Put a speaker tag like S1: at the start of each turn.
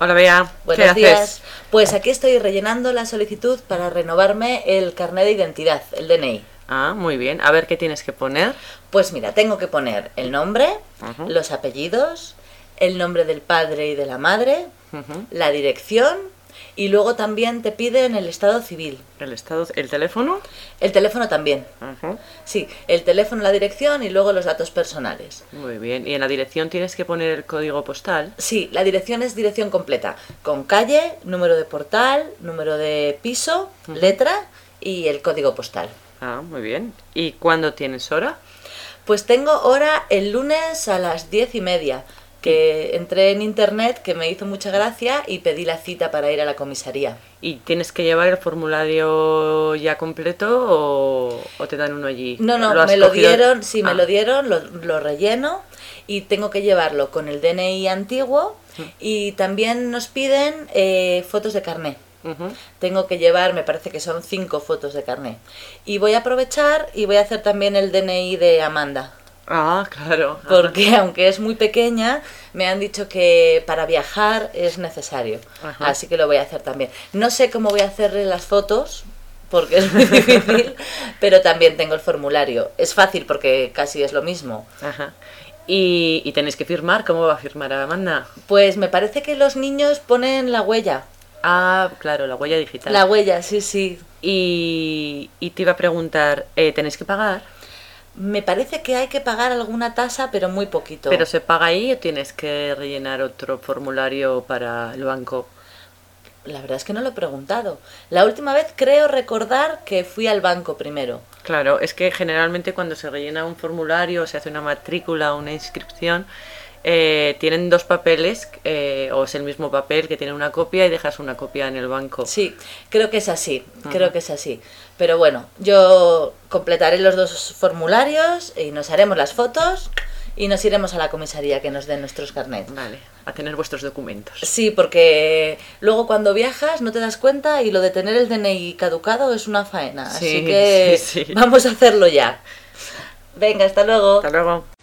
S1: Hola Bea,
S2: Buenos
S1: ¿qué
S2: días.
S1: haces?
S2: Pues aquí estoy rellenando la solicitud para renovarme el carnet de identidad, el DNI.
S1: Ah, muy bien. A ver qué tienes que poner.
S2: Pues mira, tengo que poner el nombre,
S1: Ujú.
S2: los apellidos, el nombre del padre y de la madre,
S1: Ujú.
S2: la dirección y luego también te piden el estado civil.
S1: El estado, el teléfono.
S2: El teléfono también.
S1: Ujú.
S2: Sí, el teléfono, la dirección y luego los datos personales.
S1: Muy bien. Y en la dirección tienes que poner el código postal.
S2: Sí, la dirección es dirección completa, con calle, número de portal, número de piso, letra y el código postal.
S1: Ah, muy bien. ¿Y cuándo tienes hora?
S2: Pues tengo hora el lunes a las diez y media, que entré en internet, que me hizo mucha gracia y pedí la cita para ir a la comisaría.
S1: ¿Y tienes que llevar el formulario ya completo o, o te dan uno allí?
S2: No, no,
S1: has
S2: me lo
S1: cogido?
S2: dieron, sí, me
S1: Ah,
S2: lo dieron, lo, lo relleno y tengo que llevarlo con el DNI antiguo
S1: Mm.
S2: y también nos piden eh, fotos de carné.
S1: ujú.
S2: Tengo que llevar, me parece que son cinco fotos de carné. Y voy a aprovechar y voy a hacer también el DNI de Amanda.
S1: Ah, claro. ajá.
S2: Porque aunque es muy pequeña, me han dicho que para viajar es necesario.
S1: Ajá.
S2: Así que lo voy a hacer también. No sé cómo voy a hacerle las fotos, porque es muy difícil, pero también tengo el formulario. Es fácil porque casi es lo mismo.
S1: Ajá. Y, y tenéis que firmar. ¿Cómo va a firmar Amanda?
S2: Pues me parece que los niños ponen la huella.
S1: Ah, claro, la huella digital.
S2: La huella, sí, sí.
S1: Y, y te iba a preguntar, eh, ¿tenéis que pagar?
S2: Me parece que hay que pagar alguna tasa, pero muy poquito.
S1: ¿Pero se paga ahí o tienes que rellenar otro formulario para el banco?
S2: La verdad es que no lo he preguntado. La última vez creo recordar que fui al banco primero.
S1: Claro, es que generalmente cuando se rellena un formulario o se hace una matrícula o una inscripción, eh, tienen dos papeles eh, o es el mismo papel que tiene una copia y dejas una copia en el banco.
S2: Sí, creo que es así, creo que es así. Pero bueno, yo completaré los dos formularios y nos haremos las fotos y nos iremos a la comisaría que nos den nuestros carnets.
S1: Vale, a tener vuestros documentos.
S2: Sí, porque luego cuando viajas no te das cuenta y lo de tener el DNI caducado es una faena.
S1: Sí,
S2: así que
S1: sí, sí.
S2: vamos a hacerlo ya. Venga, hasta luego.
S1: Hasta luego.